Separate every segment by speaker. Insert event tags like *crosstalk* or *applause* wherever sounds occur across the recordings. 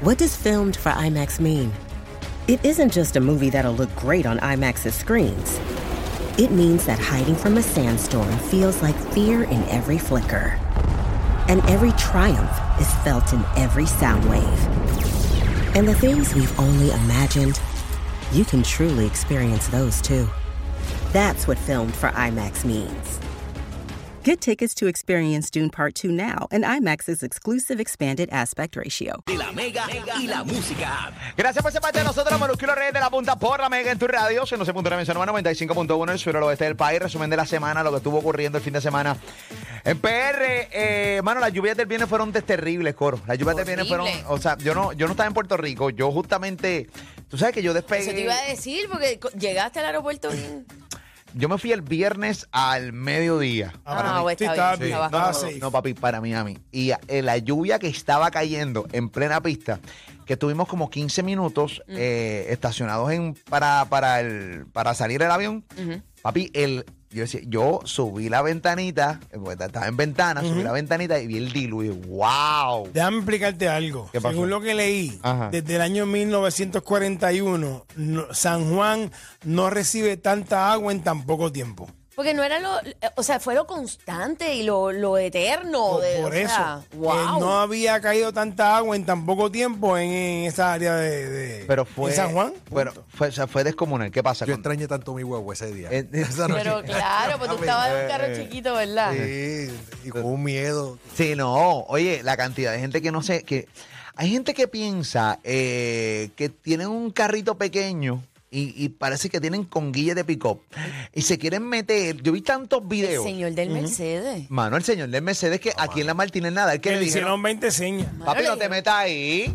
Speaker 1: What does filmed for IMAX mean? It isn't just a movie that'll look great on IMAX's screens. It means that hiding from a sandstorm feels like fear in every flicker. And every triumph is felt in every sound wave. And the things we've only imagined, you can truly experience those too. That's what filmed for IMAX means. Get tickets to experience Dune Part 2 now and IMAX's exclusive expanded aspect ratio.
Speaker 2: De la Mega y la Música. App.
Speaker 3: Gracias por ser parte de nosotros, Molusculo Reyes de la Punta por la Mega en tu radio. 111.9 en San Juan, 95.1 en el sur al oeste del país. Resumen de la semana, lo que estuvo ocurriendo el fin de semana. En PR, eh, mano, las lluvias del viernes fueron desterribles, coro. Las lluvias del viernes fueron,
Speaker 4: Horrible.
Speaker 3: o sea, yo no, yo no estaba en Puerto Rico, yo justamente, tú sabes que yo
Speaker 4: Eso te
Speaker 3: despegué,
Speaker 4: iba a decir, porque co- llegaste al aeropuerto bien.
Speaker 3: yo me fui el viernes al mediodía.
Speaker 4: Ah, bueno,
Speaker 5: sí,
Speaker 4: está
Speaker 5: está
Speaker 4: bien,
Speaker 5: bien.
Speaker 4: está
Speaker 5: estaba
Speaker 4: bajo.
Speaker 5: safe.
Speaker 3: No, papi, para Miami. Y eh, la lluvia que estaba cayendo en plena pista, que tuvimos como 15 minutos eh, estacionados en, para, para, el, para salir del avión. Papi, el, yo, decía, yo subí la ventanita, eh, porque estaba en ventana, subí la ventanita y vi el diluvio. ¡Wow!
Speaker 5: Déjame explicarte algo.
Speaker 3: ¿Qué pasó?
Speaker 5: Según lo que leí,
Speaker 3: Ajá.
Speaker 5: desde el año 1941, no- San Juan no recibe tanta agua en tan poco tiempo.
Speaker 4: Porque no era lo. O sea, fue lo constante y lo, lo eterno. Oh,
Speaker 5: Por,
Speaker 4: de-
Speaker 5: por
Speaker 4: o
Speaker 5: eso,
Speaker 4: sea,
Speaker 5: que
Speaker 4: wow.
Speaker 5: no había caído tanta agua en tan poco tiempo en, en esa área de, de-
Speaker 3: Pero fue.
Speaker 5: en San Juan.
Speaker 3: Pero fue, o sea, fue descomunal. ¿qué pasa?
Speaker 6: Yo
Speaker 3: Con-
Speaker 6: extrañé tanto mi huevo ese día.
Speaker 3: Eh, eh,
Speaker 6: Esa noche. *laughs*
Speaker 4: Pero claro, pues tú estabas en un carro chiquito, ¿verdad?
Speaker 6: Sí, y con un miedo.
Speaker 3: Sí, no, oye, la cantidad de gente que no sé, que hay gente que piensa eh, que tienen un carrito pequeño y, y parece que tienen conguillas de pick-up y se quieren meter. Yo vi tantos
Speaker 4: El
Speaker 3: videos.
Speaker 4: señor del Mercedes.
Speaker 3: Mano, el señor del Mercedes que aquí en la Martínez nada, el que
Speaker 5: Que
Speaker 3: le
Speaker 5: le
Speaker 3: dijeron,
Speaker 5: hicieron 20 señas.
Speaker 3: papi, no te metas ahí.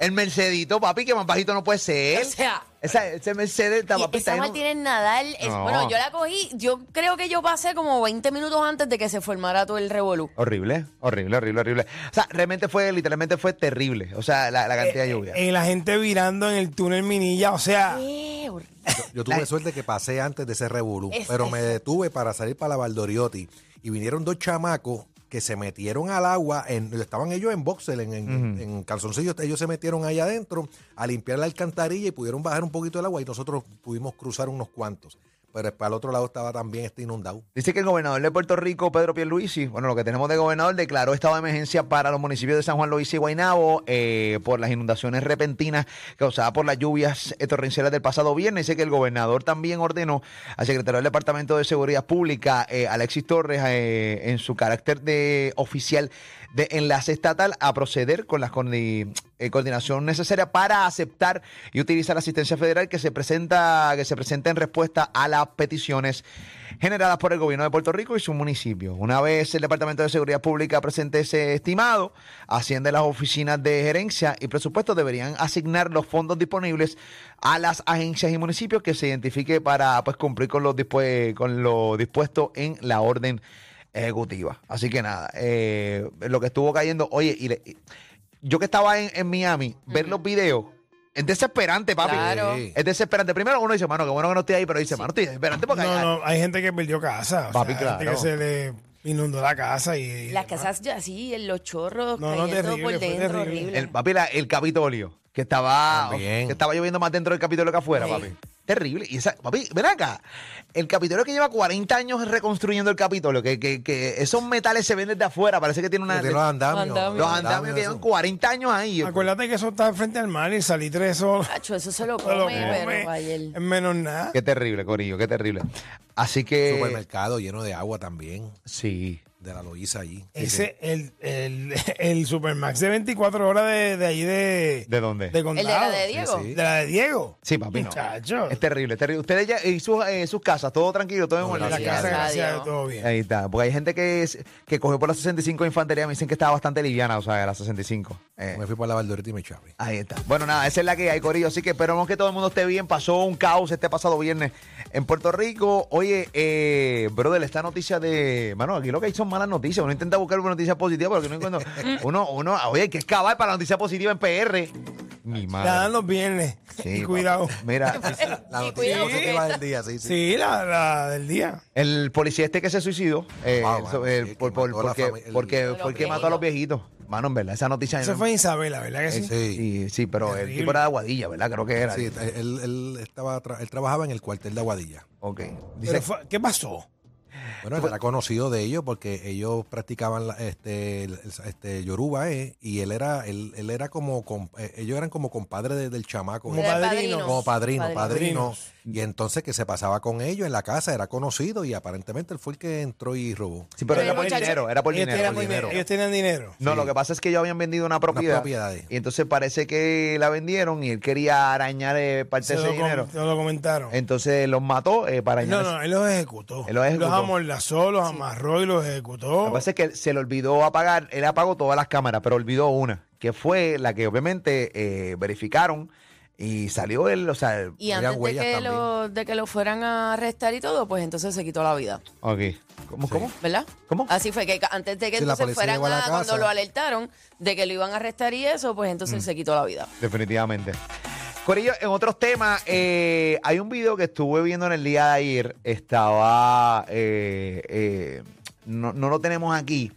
Speaker 3: El Mercedito, papi, que más bajito no puede ser.
Speaker 4: O sea.
Speaker 3: Esa- ese Mercedes está,
Speaker 4: Y
Speaker 3: papi, está
Speaker 4: esa
Speaker 3: lleno-
Speaker 4: Martínez Nadal, es-
Speaker 3: No.
Speaker 4: bueno, yo la cogí, yo creo que yo pasé como 20 minutos antes de que se formara todo el revolú.
Speaker 3: Horrible, horrible, horrible, horrible. O sea, realmente fue, literalmente fue terrible. O sea, la, la cantidad de lluvia.
Speaker 5: Eh, la gente virando en el túnel Minilla, o sea,
Speaker 4: Qué horrible.
Speaker 6: Yo tuve suerte que pasé antes de ese revolú,
Speaker 4: Es-
Speaker 6: pero
Speaker 4: es-
Speaker 6: me detuve para salir para la Valdoriotti y vinieron dos chamacos que se metieron al agua, en, estaban ellos en boxer, en, en- en calzoncillos, ellos se metieron ahí adentro a limpiar la alcantarilla y pudieron bajar un poquito el agua y nosotros pudimos cruzar unos cuantos. Pero para el otro lado estaba también este inundado.
Speaker 3: Dice que el gobernador de Puerto Rico, Pedro Pierluisi, bueno, lo que tenemos de gobernador, declaró estado de emergencia para los municipios de San Juan Luis y Guaynabo eh, por las inundaciones repentinas causadas por las lluvias eh, torrenciales del pasado viernes. Dice que el gobernador también ordenó al secretario del Departamento de Seguridad Pública, eh, Alexis Torres, eh, en su carácter de oficial de enlace estatal, a proceder con las condi- eh, coordinación necesaria para aceptar y utilizar la asistencia federal que se presenta que se presenta en respuesta a las peticiones generadas por el gobierno de Puerto Rico y su municipio. Una vez el Departamento de Seguridad Pública presente ese estimado, Hacienda y las oficinas de gerencia y presupuesto deberían asignar los fondos disponibles a las agencias y municipios que se identifique para pues, cumplir con lo, dispue- con lo dispuesto en la orden ejecutiva. Así que nada, eh, lo que estuvo cayendo, oye, y le- y- yo que estaba en, en Miami, ver los videos. Es desesperante, papi.
Speaker 4: Claro.
Speaker 6: Sí.
Speaker 3: Es desesperante. Primero uno dice, mano, qué bueno que no estoy ahí, pero dice, mano, estoy desesperante porque hay-
Speaker 5: no, no, hay gente que perdió casa. o
Speaker 3: Papi,
Speaker 5: sea, hay gente
Speaker 3: claro.
Speaker 5: que se le inundó la casa y... y
Speaker 4: Las
Speaker 5: demás.
Speaker 4: casas ya así, en los chorros
Speaker 5: No, no,
Speaker 4: cayendo
Speaker 5: terrible,
Speaker 4: por
Speaker 5: fue
Speaker 4: dentro,
Speaker 5: terrible.
Speaker 4: horrible.
Speaker 3: El, papi, la- el Capitolio, que estaba,
Speaker 6: También.
Speaker 3: que estaba lloviendo más dentro del Capitolio que afuera,
Speaker 4: Sí.
Speaker 3: papi. Terrible. Y esa, papi, ven acá. El Capitolio que lleva 40 años reconstruyendo el Capitolio, que, que- que esos metales se ven desde afuera, parece que tiene una...
Speaker 6: Que tiene los andamios.
Speaker 4: Andamios.
Speaker 3: los andamios que llevan
Speaker 6: eso.
Speaker 3: 40 años ahí.
Speaker 5: Acuérdate que eso está frente al mar y salí tres solos. *laughs*
Speaker 4: Cacho, eso se lo
Speaker 5: se
Speaker 4: come,
Speaker 5: lo
Speaker 4: pero
Speaker 5: come,
Speaker 4: Gabriel.
Speaker 5: Es menos nada.
Speaker 3: Qué terrible, Corillo, qué terrible. Así que...
Speaker 6: Supermercado lleno de agua también,
Speaker 3: Sí.
Speaker 6: de la Loíza allí.
Speaker 5: Ese, el, el, *laughs* el Supermax de 24 horas de, de ahí de...
Speaker 3: ¿De dónde?
Speaker 5: de
Speaker 4: El de la
Speaker 5: condado.
Speaker 4: de Diego.
Speaker 6: sí.
Speaker 5: De la de Diego.
Speaker 3: Sí, papi, no. Este
Speaker 5: Muchacho.
Speaker 3: Es terrible, es terrible. Ustedes ya, y sus, eh, sus casas, todo tranquilo, todo en
Speaker 6: No,
Speaker 5: la
Speaker 3: orden.
Speaker 6: gracias.
Speaker 5: casa,
Speaker 4: Gracias a
Speaker 5: gracias,
Speaker 4: Dios.
Speaker 5: todo bien.
Speaker 3: Ahí está, porque hay gente que, es- que cogió por la 65 de infantería, me dicen que estaba bastante liviana, o sea, de la 65. Eh,
Speaker 6: Me fui para la Valdoriotti y me chavé.
Speaker 3: ahí está. Bueno, nada, esa es la que hay, Corillo. Así que esperamos que todo el mundo esté bien. Pasó un caos este pasado viernes en Puerto Rico. Oye, eh, brother, esta noticia de. Mano, aquí lo que hay son malas noticias. Uno intenta buscar una noticia positiva, pero que no encuentro.
Speaker 5: *laughs*
Speaker 3: Uno, uno, oye, hay que excavar para la noticia positiva en PR. Mi
Speaker 5: La
Speaker 3: madre.
Speaker 5: dan los viernes.
Speaker 3: Sí,
Speaker 5: y
Speaker 3: papá.
Speaker 5: cuidado. *laughs*
Speaker 3: Mira,
Speaker 6: La
Speaker 5: Ah,
Speaker 4: Sí,
Speaker 6: noticia
Speaker 4: cuidado,
Speaker 6: positiva del día, sí, sí.
Speaker 5: Sí, la, la del día.
Speaker 3: el policía este que se suicidó eh,
Speaker 6: Ah,
Speaker 3: so-
Speaker 6: bueno,
Speaker 3: eh,
Speaker 6: sí, que
Speaker 3: por- por-
Speaker 6: mató a la
Speaker 3: porque,
Speaker 6: fami- el-
Speaker 3: porque,
Speaker 4: Los
Speaker 3: porque mató a los viejitos. Mano, en verdad, esa noticia.
Speaker 5: Eso
Speaker 3: no-
Speaker 5: fue Isabela, ¿verdad que sí?
Speaker 6: Sí.
Speaker 3: Sí, sí, pero el
Speaker 5: Terrible.
Speaker 3: tipo era de Aguadilla, ¿verdad? Creo que era.
Speaker 6: Sí, él, él estaba tra- él trabajaba en el cuartel de Aguadilla.
Speaker 3: Ok. Dice,
Speaker 5: Pero fue- ¿Qué pasó?
Speaker 6: Bueno, él era conocido de ellos porque ellos practicaban la- este, el- el- este Yoruba, eh, y él era, él, él era como, comp- eh, ellos eran como compadres de- del chamaco.
Speaker 5: Como
Speaker 6: eh.
Speaker 4: Era
Speaker 5: padrino.
Speaker 6: Como padrino, padrino,
Speaker 5: Padrinos.
Speaker 6: Y entonces que se pasaba con ellos en la casa, era conocido y aparentemente él fue el que entró y robó.
Speaker 3: sí, pero
Speaker 4: Pero
Speaker 3: era
Speaker 4: el
Speaker 3: por
Speaker 4: muchacho-
Speaker 3: dinero, era por
Speaker 5: ellos,
Speaker 3: dinero.
Speaker 5: tenían,
Speaker 3: por dinero.
Speaker 5: ellos tenían dinero.
Speaker 3: No,
Speaker 6: Sí.
Speaker 3: lo que pasa es que ellos habían vendido una propiedad.
Speaker 6: propiedades.
Speaker 3: Y entonces parece que la vendieron y él quería arañar eh, parte
Speaker 5: Se
Speaker 3: de
Speaker 5: lo,
Speaker 3: ese
Speaker 5: com-
Speaker 3: dinero.
Speaker 5: se lo comentaron.
Speaker 3: Entonces los mató eh, para
Speaker 5: no,
Speaker 3: arañar. ese-
Speaker 5: no, él los ejecutó.
Speaker 3: Él los ejecutó.
Speaker 5: amordazó, los amarró y los ejecutó.
Speaker 3: Lo que pasa es que se le olvidó apagar, él apagó todas las cámaras, pero olvidó una, que fue la que obviamente eh, verificaron y salió él, o sea, el-
Speaker 4: Y
Speaker 6: Habían
Speaker 4: antes de
Speaker 6: huellas
Speaker 4: que,
Speaker 6: también.
Speaker 4: lo, de que lo fueran a arrestar y todo, pues entonces se quitó la vida,
Speaker 3: ok. ¿Cómo, cómo?
Speaker 4: ¿verdad?
Speaker 3: ¿Cómo?
Speaker 4: Así fue que ca- antes de que
Speaker 6: Sí, la
Speaker 4: entonces fueran
Speaker 6: policía llegó a la
Speaker 4: a, cuando
Speaker 6: casa. Mm.
Speaker 4: lo alertaron de que lo iban a arrestar y eso, pues entonces se quitó la vida.
Speaker 3: Definitivamente. Corillo, en otros temas, eh, hay un video que estuve viendo en el día de ayer. Estaba. eh, eh, no, no lo tenemos aquí,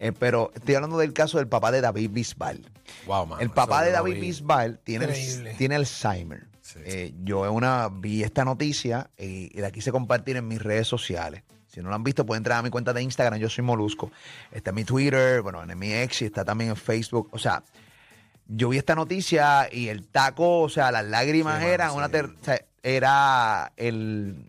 Speaker 3: eh, pero estoy hablando del caso del papá de David Bisbal.
Speaker 6: Wow, mano,
Speaker 3: el papá
Speaker 6: eso
Speaker 3: de
Speaker 6: yo lo
Speaker 3: David
Speaker 6: vi.
Speaker 3: Bisbal tiene,
Speaker 5: Increíble.
Speaker 3: el- tiene Alzheimer. Eh, yo en una, vi esta noticia eh, y, y la quise compartir en mis redes sociales. Si no la han visto, pueden entrar a mi cuenta de Instagram. Yo soy Molusco. Está en mi Twitter, bueno, en mi ex y está también en Facebook. O sea, yo vi esta noticia y el taco, o sea, las lágrimas
Speaker 6: Sí, mano,
Speaker 3: eran
Speaker 6: sí.
Speaker 3: una ter- o sea, era el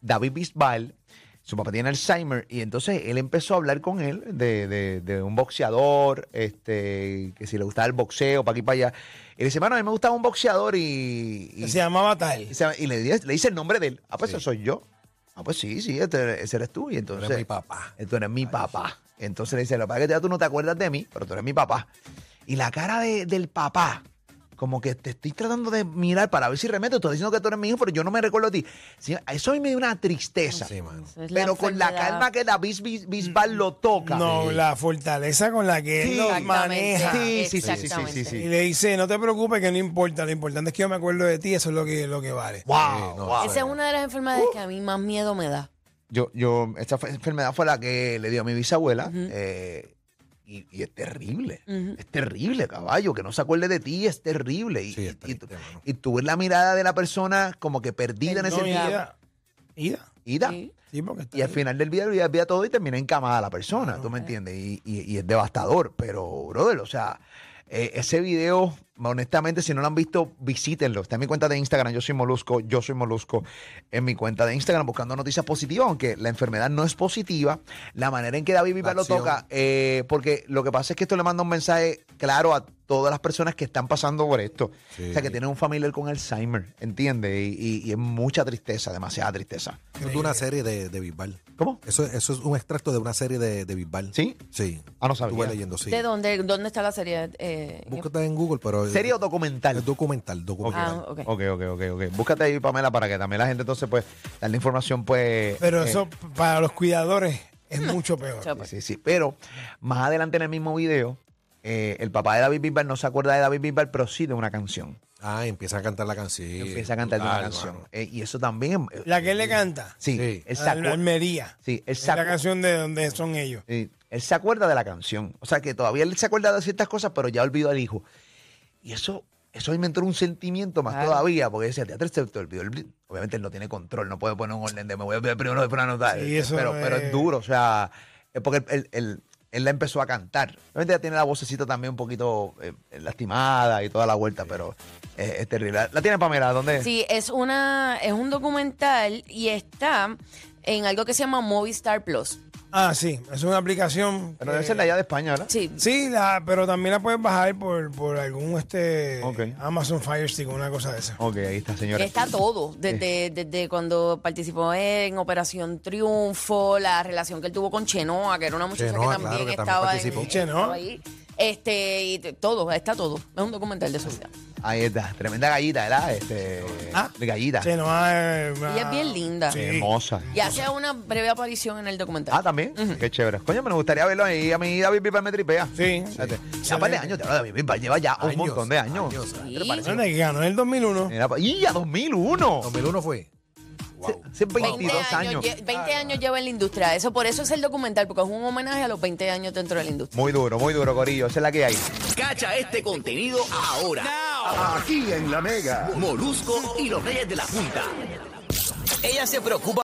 Speaker 3: David Bisbal, su papá tiene Alzheimer, y entonces él empezó a hablar con él de, de- de un boxeador, este, que si le gustaba el boxeo, para aquí para allá. Y le dice, mano, a mí me gustaba un boxeador y. y-
Speaker 5: se llamaba tal.
Speaker 3: y se- y le, di- le dice el nombre de él. Ah, pues
Speaker 6: Sí.
Speaker 3: ese soy yo. Ah, pues sí, sí, este- ese eres tú. Y entonces. eh,
Speaker 6: Era mi papá.
Speaker 3: Tú eres mi papá. Entonces le dice, lo que pasa es que ya tú no te acuerdas de mí, pero tú eres mi papá. Y la cara de- del papá, como que te estoy tratando de mirar para ver si remeto. Tú estás diciendo que tú eres mi hijo, pero yo no me recuerdo a ti. Sí, eso a mí me dio una tristeza.
Speaker 6: Sí, mano.
Speaker 4: Eso es
Speaker 3: pero con la
Speaker 4: enfermedad.
Speaker 3: calma que David Bis- Bisbal lo toca.
Speaker 5: No,
Speaker 3: Sí.
Speaker 5: la fortaleza con la que él
Speaker 3: Sí.
Speaker 5: los
Speaker 4: Exactamente.
Speaker 5: maneja.
Speaker 3: Sí, sí, sí, sí, sí, sí,
Speaker 4: Exactamente.
Speaker 3: sí.
Speaker 5: Y le dice, no te preocupes que no importa, lo importante es que yo me acuerdo de ti, eso es lo que, lo que vale.
Speaker 3: Wow,
Speaker 6: Sí, no,
Speaker 3: wow.
Speaker 4: Esa es una de las enfermedades
Speaker 6: Uh.
Speaker 4: que a mí más miedo me da.
Speaker 3: Yo, yo, esta fue- enfermedad fue la que le dio a mi bisabuela. eh, y, y es terrible. Es terrible, caballo. Que no se acuerde de ti es terrible. Y,
Speaker 6: Sí, es
Speaker 3: y- y,
Speaker 6: triste,
Speaker 3: tú-
Speaker 6: mano.
Speaker 3: y tú ves la mirada de la persona como que perdida en ese
Speaker 5: No,
Speaker 3: sentido.
Speaker 5: ida. Ida.
Speaker 3: Ida.
Speaker 4: Sí.
Speaker 5: Sí, porque está
Speaker 3: Y al
Speaker 5: ahí.
Speaker 3: final del video ya veía todo y termina encamada la persona, ¿tú me entiendes? Y, y- y es devastador, pero, brother, o sea, eh, ese video, honestamente, si no lo han visto, visítenlo. Está en mi cuenta de Instagram, yo soy Molusco, yo soy Molusco, en mi cuenta de Instagram, buscando noticias positivas, aunque la enfermedad no es positiva, la manera en que David Vivar lo
Speaker 6: acción.
Speaker 3: toca, eh, porque lo que pasa es que esto le manda un mensaje claro a todas las personas que están pasando por esto.
Speaker 6: Sí.
Speaker 3: O sea, que tienen un familiar con Alzheimer, ¿entiendes? Y, y- y es mucha tristeza, demasiada tristeza.
Speaker 6: Eso es de una serie de, de Bisbal.
Speaker 3: ¿Cómo?
Speaker 6: Eso, eso es un extracto de una serie de, de Bisbal.
Speaker 3: ¿Sí?
Speaker 6: Sí.
Speaker 3: Ah, no sabía.
Speaker 6: Estuve leyendo, sí.
Speaker 4: ¿De dónde, dónde está la serie? Eh,
Speaker 6: Búscate en Google, pero...
Speaker 3: ¿Serie o documental?
Speaker 6: Es documental, documental.
Speaker 4: Ah, ok.
Speaker 3: Ok, ok, ok, ok. Búscate ahí, Pamela, para que también la gente entonces pues darle información pues...
Speaker 5: Pero
Speaker 3: eh,
Speaker 5: eso p- para los cuidadores es mucho
Speaker 3: *laughs*
Speaker 5: peor.
Speaker 4: Chapo.
Speaker 3: Sí, sí, pero más adelante en el mismo video, eh, el papá de David Bisbal no se acuerda de David Bisbal, pero sí de una canción.
Speaker 6: Ah, empieza a cantar la canción.
Speaker 3: Empieza a cantar de una
Speaker 6: Brutal,
Speaker 3: canción.
Speaker 6: mano.
Speaker 3: Eh, y eso también... eh,
Speaker 5: La que él le canta.
Speaker 3: sí,
Speaker 6: Sí.
Speaker 3: él
Speaker 5: Al-
Speaker 3: sacó...
Speaker 5: Almería.
Speaker 3: Sí, él
Speaker 5: Es la
Speaker 3: sacó...
Speaker 5: canción de donde son ellos.
Speaker 3: sí, él se acuerda de la canción. O sea, que todavía él se acuerda de ciertas cosas, pero ya olvidó al hijo. Y eso... Eso inventó un sentimiento más
Speaker 4: Claro.
Speaker 3: todavía, porque decía, teatro se te olvidó el bl-". Obviamente él no tiene control, no puede poner un orden de me voy a olvidar primero después anotar.
Speaker 5: Sí, eso
Speaker 3: pero, pero
Speaker 5: es-
Speaker 3: es duro, o sea, es porque él, él- él- él la empezó a cantar. Obviamente ya tiene la vocecita también un poquito eh, lastimada y toda la vuelta, pero eh, es, terrible. ¿La- ¿La tiene Pamela? ¿Dónde?
Speaker 4: Sí, es una es un documental y está en algo que se llama Movistar Plus.
Speaker 5: Ah, sí, es una aplicación.
Speaker 3: Pero
Speaker 5: que-
Speaker 3: debe ser la allá de España, ¿verdad?
Speaker 4: Sí.
Speaker 5: Sí, la, pero también la puedes bajar por, por algún este
Speaker 3: Ok.
Speaker 5: Amazon Fire Stick o una cosa de esa.
Speaker 3: Ok, ahí está, señora.
Speaker 4: que Está todo,
Speaker 6: Eh.
Speaker 4: desde, desde cuando participó en Operación Triunfo, la relación que él tuvo con Chenoa, que era una muchacha
Speaker 6: Chenoa,
Speaker 4: que
Speaker 6: claro,
Speaker 4: también
Speaker 6: que también
Speaker 4: estaba, en-
Speaker 6: participó.
Speaker 5: Chenoa.
Speaker 4: estaba ahí. Este, y t- todo, está todo. Es un documental de su vida.
Speaker 3: Ahí está, tremenda gallita, ¿verdad? Este,
Speaker 5: Ah.
Speaker 3: Gallita.
Speaker 5: Sí, no, ah, ah,
Speaker 4: Ella es bien linda.
Speaker 5: Sí.
Speaker 3: Hermosa.
Speaker 4: Y hace una breve aparición en el
Speaker 3: Ah,
Speaker 4: documental.
Speaker 3: también. Qué chévere. Coño, me gustaría verlo ahí. A mí David Bisbal me tripea.
Speaker 5: Sí.
Speaker 3: Fíjate. Ya un par de años, te hablo de David Bisbal. Lleva ya un
Speaker 6: Años,
Speaker 3: montón de años.
Speaker 6: años.
Speaker 4: Sí.
Speaker 3: Te parece-
Speaker 5: Anda, que ganó en el 2001.
Speaker 3: Mira, pa- ¡Y a 2001!
Speaker 6: 2001 fue. Wow.
Speaker 3: Hace 22
Speaker 4: 20 años,
Speaker 3: años.
Speaker 4: lle- 20 años lleva en la industria. Eso por eso es el documental, porque es un homenaje a los 20 años dentro de la industria.
Speaker 3: Muy duro, muy duro, Corillo. Esa es la que hay.
Speaker 2: Cacha este contenido ahora.
Speaker 7: Aquí en la Mega.
Speaker 2: Molusco y los Reyes de la Punta. Ella se preocupa.